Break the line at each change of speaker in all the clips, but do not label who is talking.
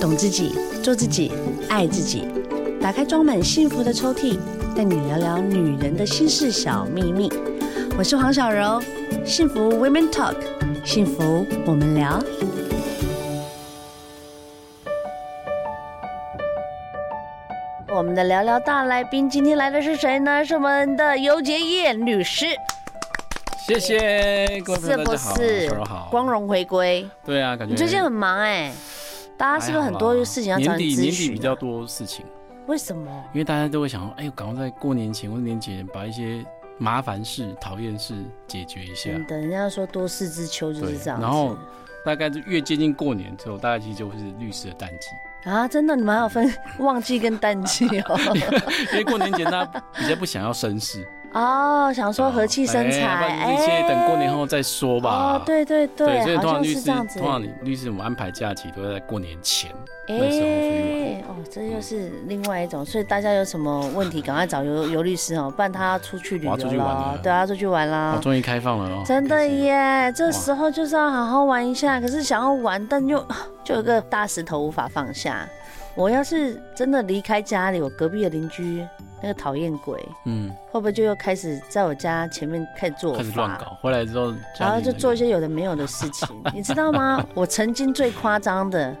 懂自己，做自己，爱自己。打开装满幸福的抽屉，带你聊聊女人的心事小秘密。我是黄小柔，幸福 Women Talk，幸福我们聊。我们的聊聊大来宾今天来的是谁呢？是我们的尤杰燕律师，
谢谢各位
是
朋友，大
不
家好，
是
小柔好，
光荣回归？
对啊，感觉
你最近很忙哎、大家是不是很多事情要
还好
找
啦
你
年底
咨
年底
询
比
啊？
较多事情，
为什么？
因为大家都会想说，哎，赶快在过年前或者年前把一些麻烦事、讨厌事解决一下。
真的，人家说多事之秋嗯就是这样子。
啊然后大概是越接近过年之后，大概其实就是律师的淡季，
啊，真的，你们还有分旺季跟淡季 哦。
因为过年前大家比较不想要生事，
哦，想说和气生财，
哎，一切等过年后再说吧。
哦，对对对，
所以
好
通常
像
律
是
师，
这样子
通。常你律师我们安排假期都在过年前，
哎、
那时候出去玩
哦，这又是另外一种，所以大家有什么问题，赶快找尤尤律师哦，不然他要出去旅游
我要出去玩啊
啦
了，
对，啊他要出去玩
我
啦。
哦终于开放了哦，
真的
律师
耶，这
哇
时候就是要好好玩一下。可是想要玩，但又 就有个大石头无法放下。我要是真的离开家里，我隔壁的邻居那个讨厌鬼，
嗯，
会不会就又开始在我家前面开始做
开始乱
法？
搞，回来之后，
然后就做一
些，
些有的没有的事 情，你知道吗？我曾经最夸张的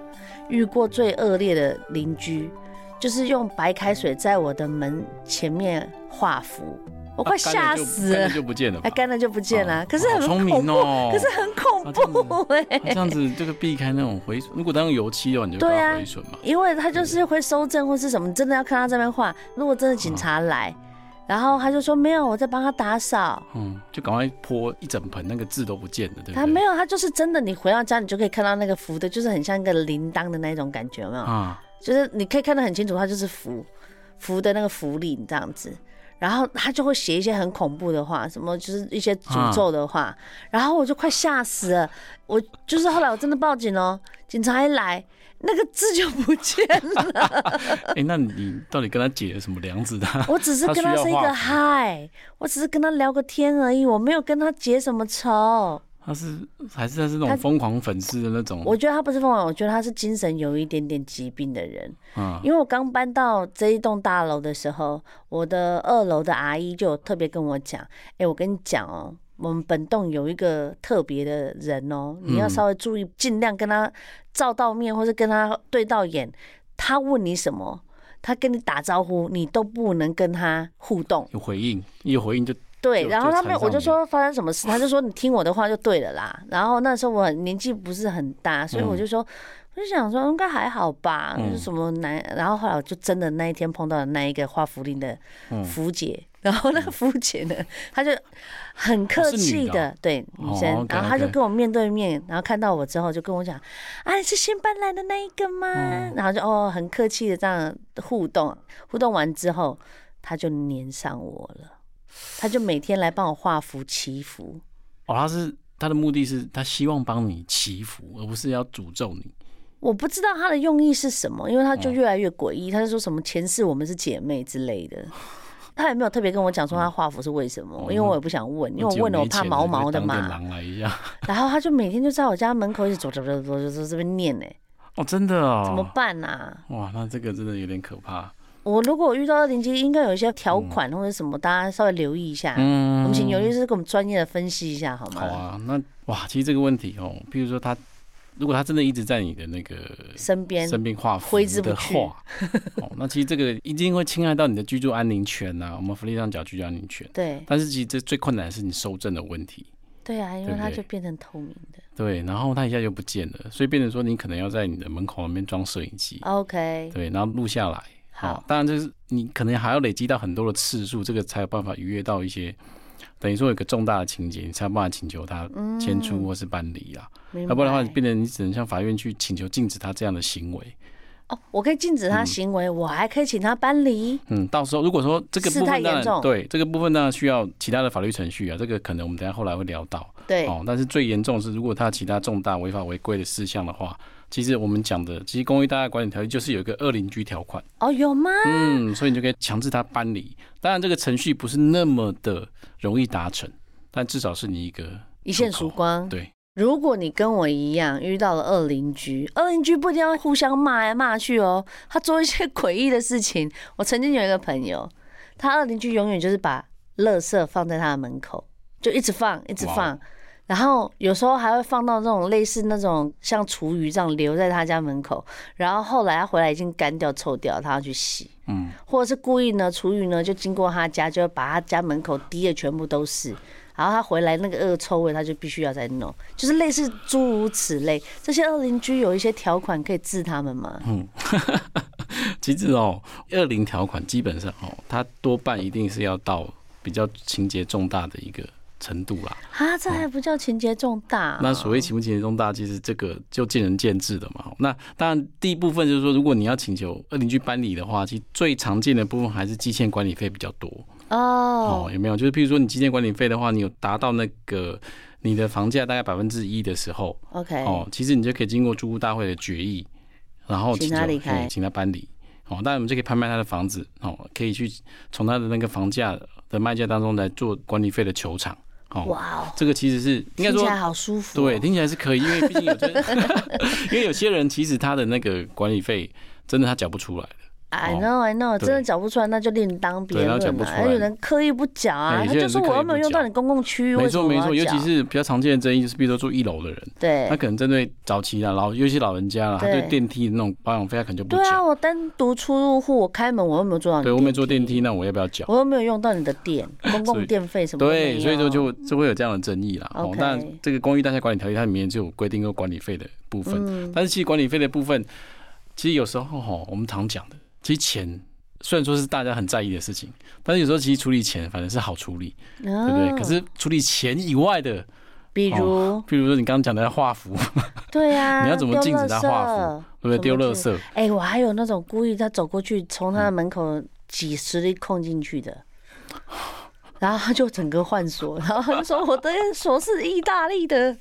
遇过最恶劣的邻居，就是用白开水在我的门前面画符，我
我
快吓死了，
啊就不见了吧，
哎，干了就不见了。
啊
可是
好
很
聪
恐
明
怖，
哦，
可是很恐怖 哎、
啊 这样子这个避开那种回损，如果当用油漆的话，你就
对
不
啊
要回损嘛，
因为他就是会收证或是什么，真的要看他这边画。如果真的警察来，然后他就说没有，我在帮他打扫。
嗯，就赶快泼一整盆，那个字都不见了，对不对？
他没有，他就是真的。你回到家，你就可以看到那个符的，就是很像一个铃铛的那种感觉，有没有？
啊，
就是你可以看得很清楚，它就是符符的那个符令这样子。然后他就会写一些很恐怖的话，什么就是一些诅咒的
啊
话，然后我就快吓死了。我就是后来我真的报警了，警察一来，那个字就不见了。
哎，那你到底跟他解了什么梁子的？
我只是跟他是一个
他需要画符
嗨，我只是跟他聊个天而已，我没有跟他结什么仇。
他是还是他是那
他
种疯狂粉丝的那种，
我觉得他不是疯狂，我觉得他是精神有一点点疾病的人。
啊，
因为我刚搬到这一栋大楼的时候，我的二楼的阿姨就有特别跟我讲，哎、我跟你讲哦、我们本栋有一个特别的人哦、你要
嗯
稍微注意，尽量跟他照到面，或是跟他对到眼，他问你什么。他跟你打招呼，你都不能跟他互动，
有回应，一有回应就
对。
就
然后
就
他们
缠上
我就
你
说发生什么事，他就说你听我的话就对了啦。然后那时候我很年纪不是很大，所以我
嗯
就说我就想说应该还好吧，
嗯
就是什么难。然后后来我就真的那一天碰到了那一个画符令的
嗯
符姐，然后那个符姐呢，她就很客气
哦是女的
的，
啊
对女生，
哦，OK，OK
然后她就跟我面对面，然后看到我之后就跟我讲，啊，你是新搬来的那一个吗？
嗯
然后就哦很客气的这样互动，互动完之后，她就黏上我了。她就每天来帮我画符祈福，
哦，他是他的目的是他希望帮你祈福，而不是要诅咒你。
我不知道他的用意是什么，因为他
嗯
就越来越诡异，他就说什么前世我们是姐妹之类的。他也没有特别跟我讲说他画符是为什么，
嗯哦
因为我也不想问，因为我问了我怕毛毛的
当
嘛。
狼来一下。
然后他就每天就在我家门口一直走走走走走走这边念呢、
哦，真的哦。
怎么办啊？
哇，那这个真的有点可怕。
我如果遇到二零七，应该有一些条款或者什么，大家稍微留意一下。
嗯
我们请刘律师给我们专业的分析一下好吗？
好啊，那哇，其实这个问题哦，譬如说他，如果他真的一直在你的那个
身边
身边画符
挥之不
的
去
话，哦，那其实这个一定会侵害到你的居住安宁权呐、我们福利上讲居住安宁权。
对
但是其实这最困难的是你收证的问题，
对啊，因为
对不
他
对
就变成透明的。
对，然后他一下就不见了，所以变成说你可能要在你的门口那边装摄影
哦
机，
OK，
对，然后录下来。
好
哦，当然就是你可能还要累积到很多的次数，这个才有办法逾越到一些，等于说有个重大的情节，你才有办法请求他迁出或是搬离啦。
嗯明
啊要不然的话，
白
变成你只能向法院去请求禁止他这样的行为。
哦，我可以禁止他行为，我还可以请他搬离。
嗯，到时候如果说这个
事
部
态
分当
严重
然对这个部分当然需要其他的法律程序啊，这个可能我们等一下后来会聊到
对，
哦。但是最严重的是，如果他有其他重大违法违规的事项的话，其实我们讲的其实《公寓大厦管理条例》就是有一个恶邻居条款，
哦，有吗？
嗯，所以你就可以强制他搬离。当然这个程序不是那么的容易达成，但至少是你一个
一线
出
曙
口
光。
对。
如果你跟我一样遇到了恶邻居，恶邻居不一定要互相骂来骂去哦，他做一些诡异的事情。 我曾经有一个朋友，他恶邻居永远就是把垃圾放在他的门口，就一直放，一直
哇
放
哦，
然后有时候还会放到那种类似那种像厨余这样留在他家门口，然后后来他回来已经干掉、臭掉，他要去洗。
嗯，
或者是故意呢，厨余呢就经过他家，就把他家门口滴的全部都是，然后他回来那个恶臭味，他就必须要再弄，就是类似诸如此类。这些恶邻居有一些条款可以治他们吗？
其实哦，二零条款基本上哦，它多半一定是要到比较情节重大的一个程度啦。
啊，这还不叫情节重大啊、
哦那所谓情不情节重大，其实这个就见仁见智的嘛。哦那当然，第一部分就是说，如果你要请求二邻居搬离的话，其实最常见的部分还是积欠管理费比较多。
哦，
哦，有没有？就是譬如说，你积欠管理费的话，你有达到那个你的房价大概百分之一的时候，
OK，
哦，其实你就可以经过住户大会的决议，然后
请
请
他
求
离开
嘿请他搬离。哦，当然我们就可以拍卖他的房子，哦，可以去从他的那个房价的卖价当中来做管理费的球场。哦，
哇哦，
这个其实是应该
听起
说
来好舒服、啊
对，，听起来是可以，因为毕竟有些， 因为有些人其实他的那个管理费真的他缴不出来的，
I
哦
know, I know，
对
真的缴不出来，那就另当别
对那
论
缴
了。
不出来
还有人刻意不缴啊，
哎
他
有些
就
人
说
是刻
我
意
又没有
不
用到
缴
你公共区域，为
没
什
错
么我
没
要
错，尤其
缴
是比较常见的争议就是，比如说住一楼的人，他
对
可能针对早期的老，尤其老人家啦，他对
对
电梯的那种保养费他可能就不
对啊，
缴，
我单独出入户，我开门我又没有坐到你
对我没坐电梯，那我要不要缴？
我又没有用到你的电，公
所
共
以
电费什么都没
对，
有嗯
所以说就就会有这样的争议啦。哦
OK，
当然这个《公寓大厦管理条例》它里面就有规定过管理费的部分，
嗯
但是其实管理费的部分，其实有时候哈，我们常讲的，其实钱虽然说是大家很在意的事情，但是有时候其实处理钱反正是好处理，
啊
对不对？可是处理钱以外的，
比如
譬如说你刚刚讲的画符，
对啊，
你要怎么禁止他
丢垃圾
画符对不对？丢垃圾，
哎、我还有那种故意他走过去，从
嗯
他的门口几十里空进去的。然后他就整个换锁，然后他就说我的锁是意大利的，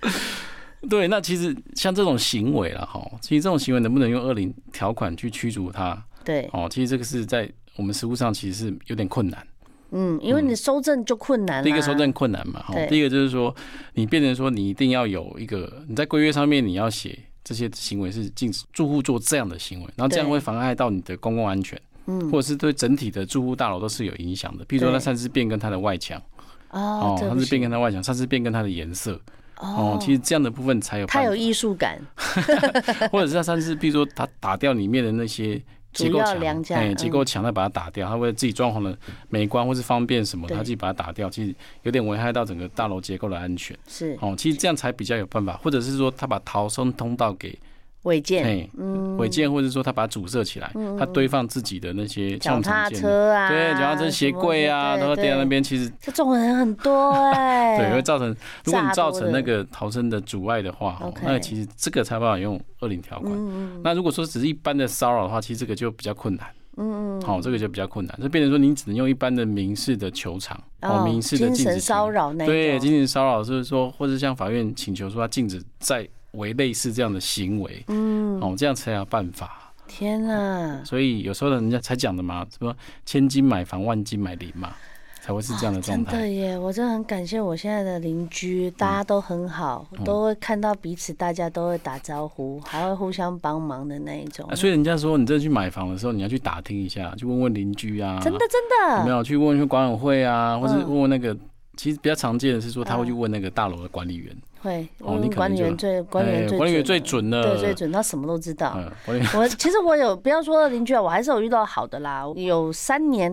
对，那其实像这种行为了哈，其实这种行为能不能用二零条款去驱逐它？
对，
哦，其实这个是在我们实务上其实是有点困难。
嗯，因为你收证就困难了。啊
第一个收证困难嘛，哈
对，
第一个就是说你变成说你一定要有一个你在规约上面你要写这些行为是禁止住户做这样的行为，然后这样
对
会妨碍到你的公共安全，嗯，或者是对整体的住户大楼都是有影响的。比如说
对
它擅自变更它的外墙，
哦
哦，，
对
擅
不
自
起
变更它的外墙，擅自变更它的颜色，哦
哦，，
其实这样的部分才有
太
办
有
法，
艺术感，
或者是它擅自，比如说它打掉里面的那些。
主
结构
要梁
墙，
架
哎，
嗯
结构墙，它把它打掉，它为了自己装潢的美观或是方便什么，
对
它自己把它打掉，其实有点危害到整个大楼结构的安全。
是
哦，其实这样才比较有办法，或者是说他把逃生通道给
违建，嗯
哎违建，或者说他把它阻塞起来，他堆放自己的那些像
脚
我们常
踏
见的
车啊，
对脚踏
什么
车、鞋柜啊，
对
然后
对
垫在那边，其实
这种人很多哎、
对会造成，如果你
炸
造
多
成
的
那个逃生的阻碍的话，哦
OK 嗯
那其实这个才有办法用二零条款。那如果说只是一般的骚扰的话，其实这个就比较困难。嗯，好，这个就比较困难，就变成说你只能用一般的民事的球场，哦，民事的
精
禁止
神
区域
骚扰那一
对，
种
精神骚扰就是说，或者向法院请求说他禁止再为类似这样的行为，嗯，哦，这样才有办法。
天啊，
所以有时候人家才讲的嘛，什么千金买房，万金买邻嘛，才会是这样的状
啊真的
态。嗯
耶！我真的很感谢我现在的邻居，大家都很好，都会看到彼此，大家都会打招呼，还会互相帮忙的那一种。
啊、所以人家说，你真的去买房的时候，你要去打听一下，去问问邻居啊，
真的真
有没
的，
有去问问管委会啊，或是
嗯
问问那个。其实比较常见的是说，他会去问那个大楼的管理员，
会
哦
问
你可能
管理
就
员最管理员
哎
最
管理员最
了
准了，
对最准，他什么都知道。
嗯，管理员
我其实我有不要说邻居啊，我还是有遇到好的啦。有三年，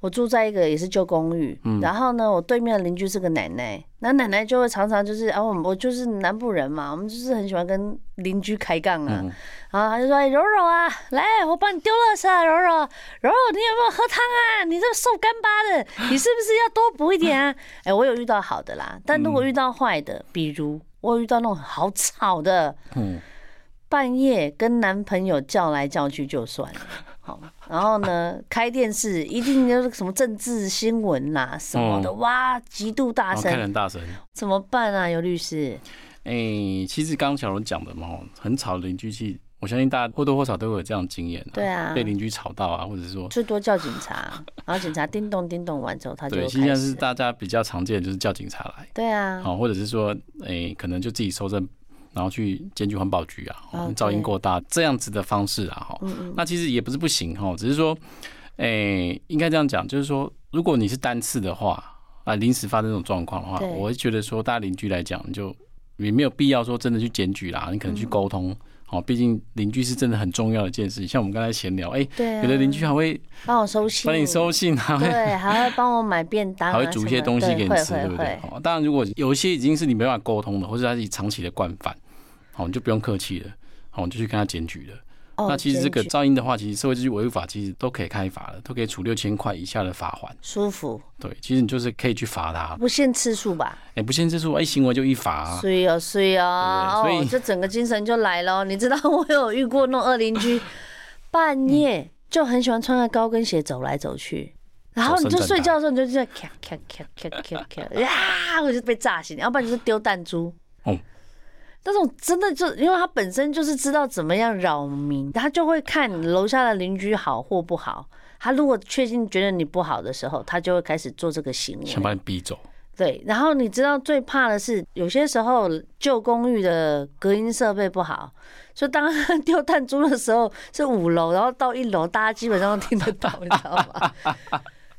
我住在一个也是旧公寓，
嗯
然后呢，我对面的邻居是个奶奶，那奶奶就会常常就是啊，我们我就是南部人嘛，我们就是很喜欢跟邻居开杠
嗯
啊。然后她就说：“哎柔柔啊，来，我帮你丢垃圾啊，柔柔，柔柔，你有没有喝汤啊？你这瘦干巴的，你是不是要多补一点 啊？”哎，我有遇到好的啦，但如果遇到坏的，比如我有遇到那种好吵的，
嗯
半夜跟男朋友叫来叫去就算了。好，然后呢，开电视一定就是什么政治新闻啦什么的，
嗯
哇，极度大
然后开
声，
哦很大声，
怎么办啊？有律师，
哦哎、其实刚刚小龙讲的嘛，吼很吵的邻居，其实我相信大家或多或少都有这样的经验、啊，
对啊
被邻居吵到啊，或者是说，
就多叫警察， 然后警察叮咚叮咚完之后，他就
对，
会
现在
开
是
始。
大家比较常见的就是叫警察来，
对啊，
好、或者是说，诶、可能就自己搜证，然后去检举环保局啊，
哦
哦噪音
对
过大这样子的方式啊，哈、
嗯嗯，
那其实也不是不行哈，只是说，诶、应该这样讲，就是说，如果你是单次的话，啊，临时发生这种状况的话，
对
我会觉得说，大家邻居来讲，你就也没有必要说真的去检举啦，你可能
嗯
去沟通，好、毕竟邻居是真的很重要的一件事情。像我们刚才闲聊，哎、
对啊，
有的邻居还会
帮我收信，
帮你收信，啊还会
对，啊还会帮我买便当、啊，
还会煮一些
什么
东西给你
嗯
吃，
对
对
会
不
会
对
会？
哦当然，如果有一些已经是你没办法沟通的，或者他是长期的惯犯，好，你就不用客气了，好，你就去跟他检举了。
哦
那其实这
检
个
举
噪音的话，其实社会秩序维护法其实都可以开罚的，都可以处六千块以下的罚款。
舒服，
对，其实你就是可以去罚他，
不限次数吧？
哎，不限次数，哎，行为就一罚啊、
所以哦，所以哦，
对所
哦
以，
这整个精神就来了哦。你知道我有遇过那种二邻居，半夜就很喜欢穿个高跟鞋走来走去，然后你就
走深圳
睡觉的时候你就这样咔咔咔咔咔咔，呀，我就被炸醒，要不然就是丢弹珠。
哦
那种真的就，因为他本身就是知道怎么样扰民，他就会看楼下的邻居好或不好。他如果确定觉得你不好的时候，他就会开始做这个行为。
想把你逼走。
对，然后你知道最怕的是，有些时候旧公寓的隔音设备不好，所以当他 丢弹珠的时候是五楼，然后到一楼，大家基本上都听得到，你知道吗？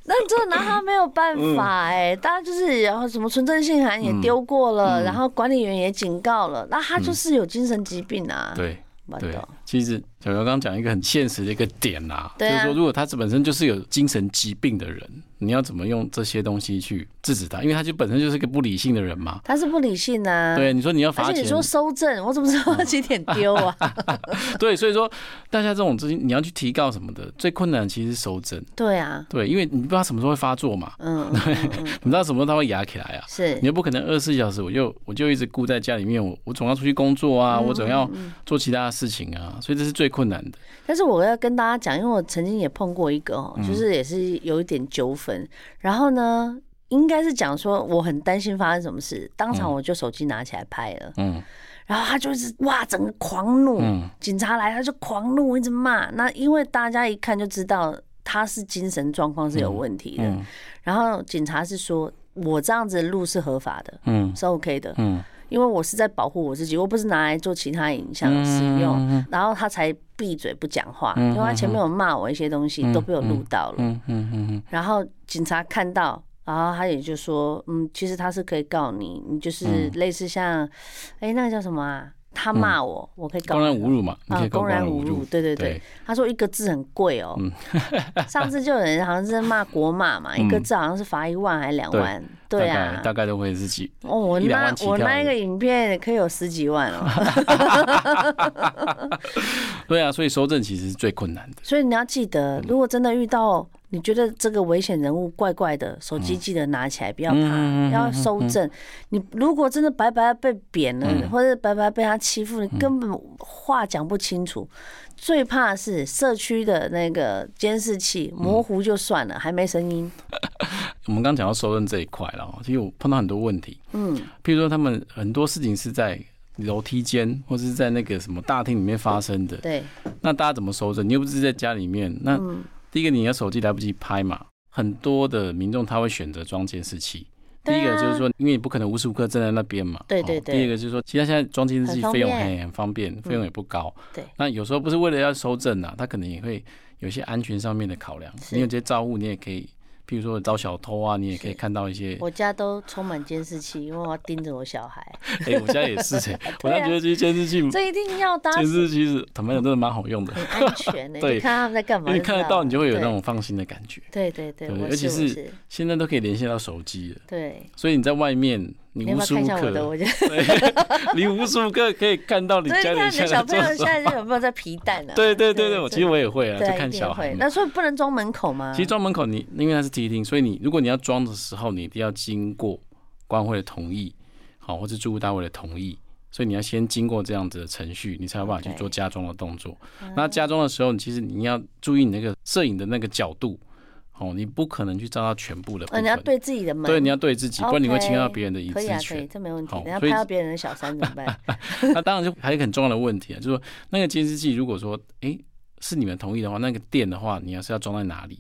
那你真的拿他没有办
嗯
法哎、大家就是然后什么纯正信函也丢过
嗯
了，然后管理员也警告了，那他就是有精神疾病啊，
对
完
对
了，
其实小刘刚刚讲一个很现实的一个点呐、
对啊
就是说，如果他本身就是有精神疾病的人，你要怎么用这些东西去制止他？因为他就本身就是个不理性的人嘛。
他是不理性啊。
对，你说你要罚
而且
钱
你，说收证，我怎么知道他几点丢 啊？
对，所以说大家这种东西你要去提告什么的，最困难的其实是收证，
对啊，
对，因为你不知道什么时候会发作嘛，
嗯，嗯嗯嗯
你不知道什么时候它会压起来啊，
是
你。又不可能二十四小时我就我就一直顾在家里面，我我总要出去工作
嗯
啊，我总要做其他的事情啊，所以这是最困难的。
但是我要跟大家讲，因为我曾经也碰过一个哦，
嗯
就是也是有一点纠纷，然后呢，应该是讲说我很担心发生什么事，当场我就手机拿起来拍了，
嗯
然后他就是哇，整个狂怒，
嗯，
警察来他就狂怒，一直骂。那因为大家一看就知道他是精神状况是有问题的，
嗯
然后警察是说我这样子录是合法的，
嗯
是 OK 的，
嗯，
因为我是在保护我自己，我不是拿来做其他影像使用。
嗯
然后他才闭嘴不讲话，
嗯
因为他前面有骂我一些东西、
嗯
都被我录到了。
嗯嗯嗯
然后警察看到，然后他也就说，嗯，其实他是可以告你，你
嗯
就是类似像，哎、那个叫什么啊？他骂我，我可以告
公然
你
侮辱嘛，你可
啊
以，告
公
公
然
然
侮
侮
辱，
辱，
对对对，
对，嗯
他说一个字很贵哦，上次就有人好像是在骂国骂嘛，一个字好像是罚一万还两万，
大
对
概
啊，
大概都会是几，
哦，我
一两
那
万起
我
跳
那一
的
个影片可以有十几万 哦，
对啊，所以收证其实是最困难的。
所以你要记
嗯
得，如果真的遇到你觉得这个危险人物怪怪的，手机记得拿起来，不要怕，
嗯嗯嗯嗯嗯
要收正。你如果真的白白被贬了，
嗯
或者白白被他欺负，你根本话讲不清楚。最怕是社区的那个监视器模糊就算了，还没声音。
嗯我们刚讲到收证这一块了哦，其实我碰到很多问题，
嗯，
譬如说他们很多事情是在楼梯间或是在那个什么大厅里面发生的，
对，
那大家怎么收证？你又不是在家里面，那
嗯，
第一个你的手机来不及拍嘛，很多的民众他会选择装监视器。第
对啊
一个就是说，因为你不可能无时无刻站在那边嘛。
对对
哦
对
第二个就是说，其实他现在装监视器
很方
费用
便嗯
很很方便，费用也不高。
对
那有时候不是为了要收证啊，他可能也会有一些安全上面的考量。
是
你有这些照护，你也可以，譬如说找小偷啊，你也可以
是
看到一些。
我家都充满监视器，因为我要盯着我小 孩，
哎、我家也 是哎、我家觉得这些监视器，
这一定啊要嗯搭，
监视器是坦白讲真的蛮好用的，
很安全的、
对
你看他们在干嘛
因
就知道了，
为看得到你就会有那
对
种放心的感觉。
对对对，
对
我
而且
是我
是现在都可以连线到手机了，
对。
所以你在外面，你
你要
无
不要
时
看一
无
下我的？
刻，
我就
对，你无时无刻可以看到 你
所以
家
你看
里
你的
现
小
在
朋
做
友
什
现
么。
在有没有在皮蛋呢、啊？
对对对对，我
这
其实我也会啊，就
对
看
一定
小孩
会。
嘛。
那所以嗯不能装门口吗？
其实装门口你，因为它是梯厅，所以你如果你要装的时候，你一定要经过管委会的同意，好，或是住户单位的同意，所以你要先经过这样子的程序，你才有办法去
OK 嗯
做加装的动作。那加装的时候，你其实你要注意你那个摄影的那个角度，哦，你不可能去照到全部的部
呃，
分。
你要对自己的门，
对，你要对自己，不然你会
OK，
侵害到别人的隐
可
私
以啊，可以，
权。
这没问题。
好
等下
所
拍
以
到别人的小三怎么办？
那当然就还有一个很重要的问题啊，就是说那个监视器，如果说哎、诶是你们同意的话，那个电的话，你要是要装在哪里？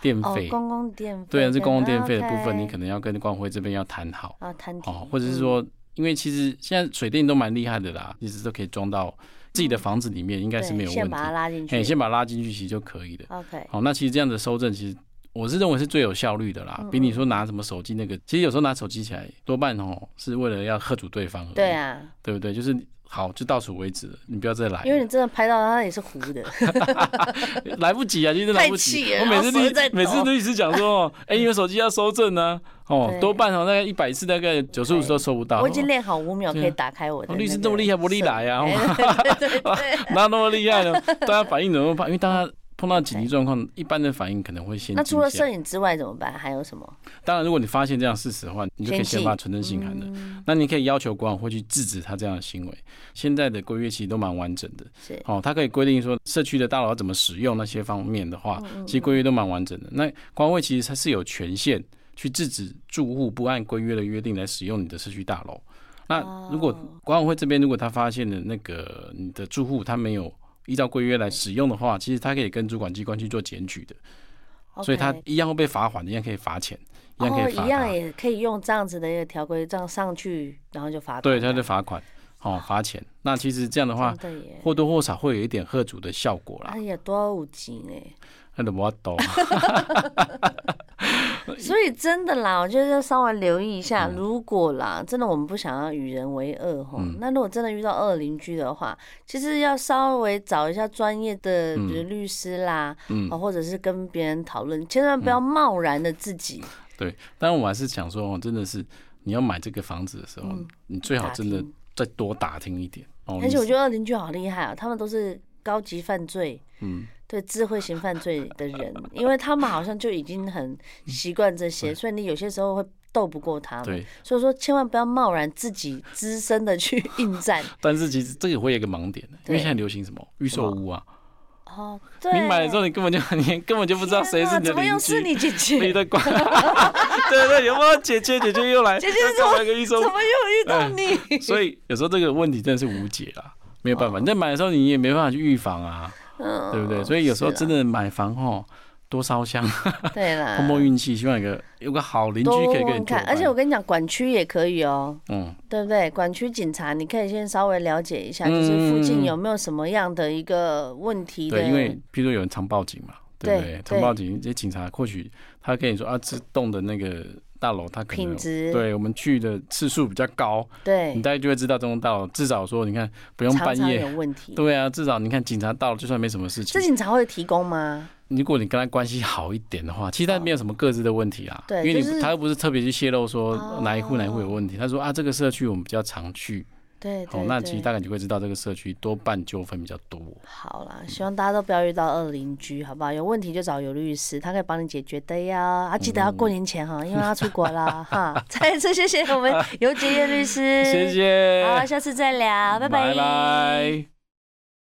电
哦，
费、
公共电费，哦
对啊，这公共电费的部分，
OK
你可能要跟管委会这边要谈好。
啊，摊体
哦，或者是说，因为其实现在水电都蛮厉害的啦，其实都可以装到自己的房子里面，应该是
对
没有
先
问
把它
题。
拉进
哎，
去，
先把它拉进去其实就可以了。
OK，
好，那其实这样的收证，其实我是认为是最有效率的
嗯
啦，比你说拿什么手机那个，其实有时候拿手机起来，多半哦是为了要喝阻对方而已，
对啊，
对不对？就是好，就到此为止了，你不要再来了，
因为你真的拍到它也是糊的，
来不及啊，今天来不
太气
及。
了
我每次
然后手在
律
抖
每次律师讲 说，哦哎，你们手机要收证呢，哦
对，
多半哦大概一百次大概九十五次都收不到，
我已经练好五秒可
对啊
以打开我的
哦
那个设。
律师这么厉害不厉害啊
哎对对对对
哪有那么厉 害呢？大家反应怎么办？因为大家碰到紧急状况，一般的反应可能会先
那除了
惊吓
摄影之外怎么办？还有什么？
当然，如果你发现这样事实的话，你就可
先
以
嗯
先
记
发存证信函的。那你可以要求管委会去制止他这样的行为。现在的规约其实都蛮完整的，
是
哦，它可以规定说社区的大楼要怎么使用那些方面的
嗯
话，其实规约都蛮完整的。那管委会其实它是有权限去制止住户不按规约的约定来使用你的社区大楼。那如果
哦
管委会这边如果他发现了那个你的住户他没有依照规约来使用的话，其实他可以跟主管机关去做检举的，所以他
哦 OK
一样会被罚款，一样可以罚钱，一样
哦，
可以罚
一
他
样也可以用这样子的一个条规这样上去，然后就罚款
对，
这
他
样
就罚款，哦，罚钱。那其实这样的话，
真的耶，
或多或少会有一点贺主的效果啦
哎。呀，多哎五级呢。
那都不懂，
所以真的啦，我觉得要稍微留意一下。
嗯
如果啦，真的我们不想要与人为恶吼，
嗯
那如果真的遇到恶邻居的话，其实要稍微找一下专业的，
嗯
比如律师啦，嗯、或者是跟别人讨论，千万
嗯
不要贸然的自己。
对。但我还是想说，哦，真的是你要买这个房子的时候，你最好真
嗯打
的
听
再多打听一点哦。
而且我
你
觉得恶邻居好厉害啊，他们都是高级犯罪，嗯，对，智慧型犯罪的人，因为他们好像就已经很习惯这些，所以你有些时候会斗不过他们。
对，
所以说，千万不要贸然自己资深的去 应战。
但是其实这个会有一个盲点，因
对
为现在流行什么预售屋啊，
哦，对，
你买了之后你根本就 你根本就不知道谁是
天
你的
哪怎么
邻
又是
居，
你姐
你
姐？
的 管，对对，有没有姐姐？姐姐又来，
姐姐
又搞了一个预售
怎
屋
么又遇
哎
到你？
所以有时候这个问题真的是无解啦，没有办
哦
法。你在买的时候你也没办法去预防啊，
嗯，
对不对？所以有时候真的买房吼，多烧香，
对啦，
碰碰运气，希望有个有个好邻居
嗯多
可以
问
跟你
问
作
看。
伴。
而且我跟你讲，管区也可以哦，
嗯，
对不对？管区警察，你可以先稍微了解一下，
嗯
就是附近有没有什么样的一个问题的。
对，因为譬如说有人常报警嘛，对不对
对？
常报警，这警察或许他跟你说啊，这栋的那个大楼它可能
品质
对我们去的次数比较高，你
对
大概就会知道这栋大楼至少说你看不用
常
半
常
夜。
有问题。
对啊，至少你看警察到了，就算没什么事情
这，警察会提供吗？
如果你跟他关系好一点的话，其实他没有什么各自的问题啊。
哦对
因为你、
就是
他又不是特别去泄露
哦
说哪一户哪一户有问题。他说啊，这个社区我们比较常去，
对
好、
对
那其实
对。
大概你会知道这个社区多半纠纷比较多。
好啦，希望大家都不要遇到恶邻居，好不好？有问题就找有律师，他可以帮你解决的呀。啊，记得要过年前
嗯
哈，因为他出国 了哈。再一次谢谢我们尤杰业律师，
谢谢，
好，下次再聊，拜
拜拜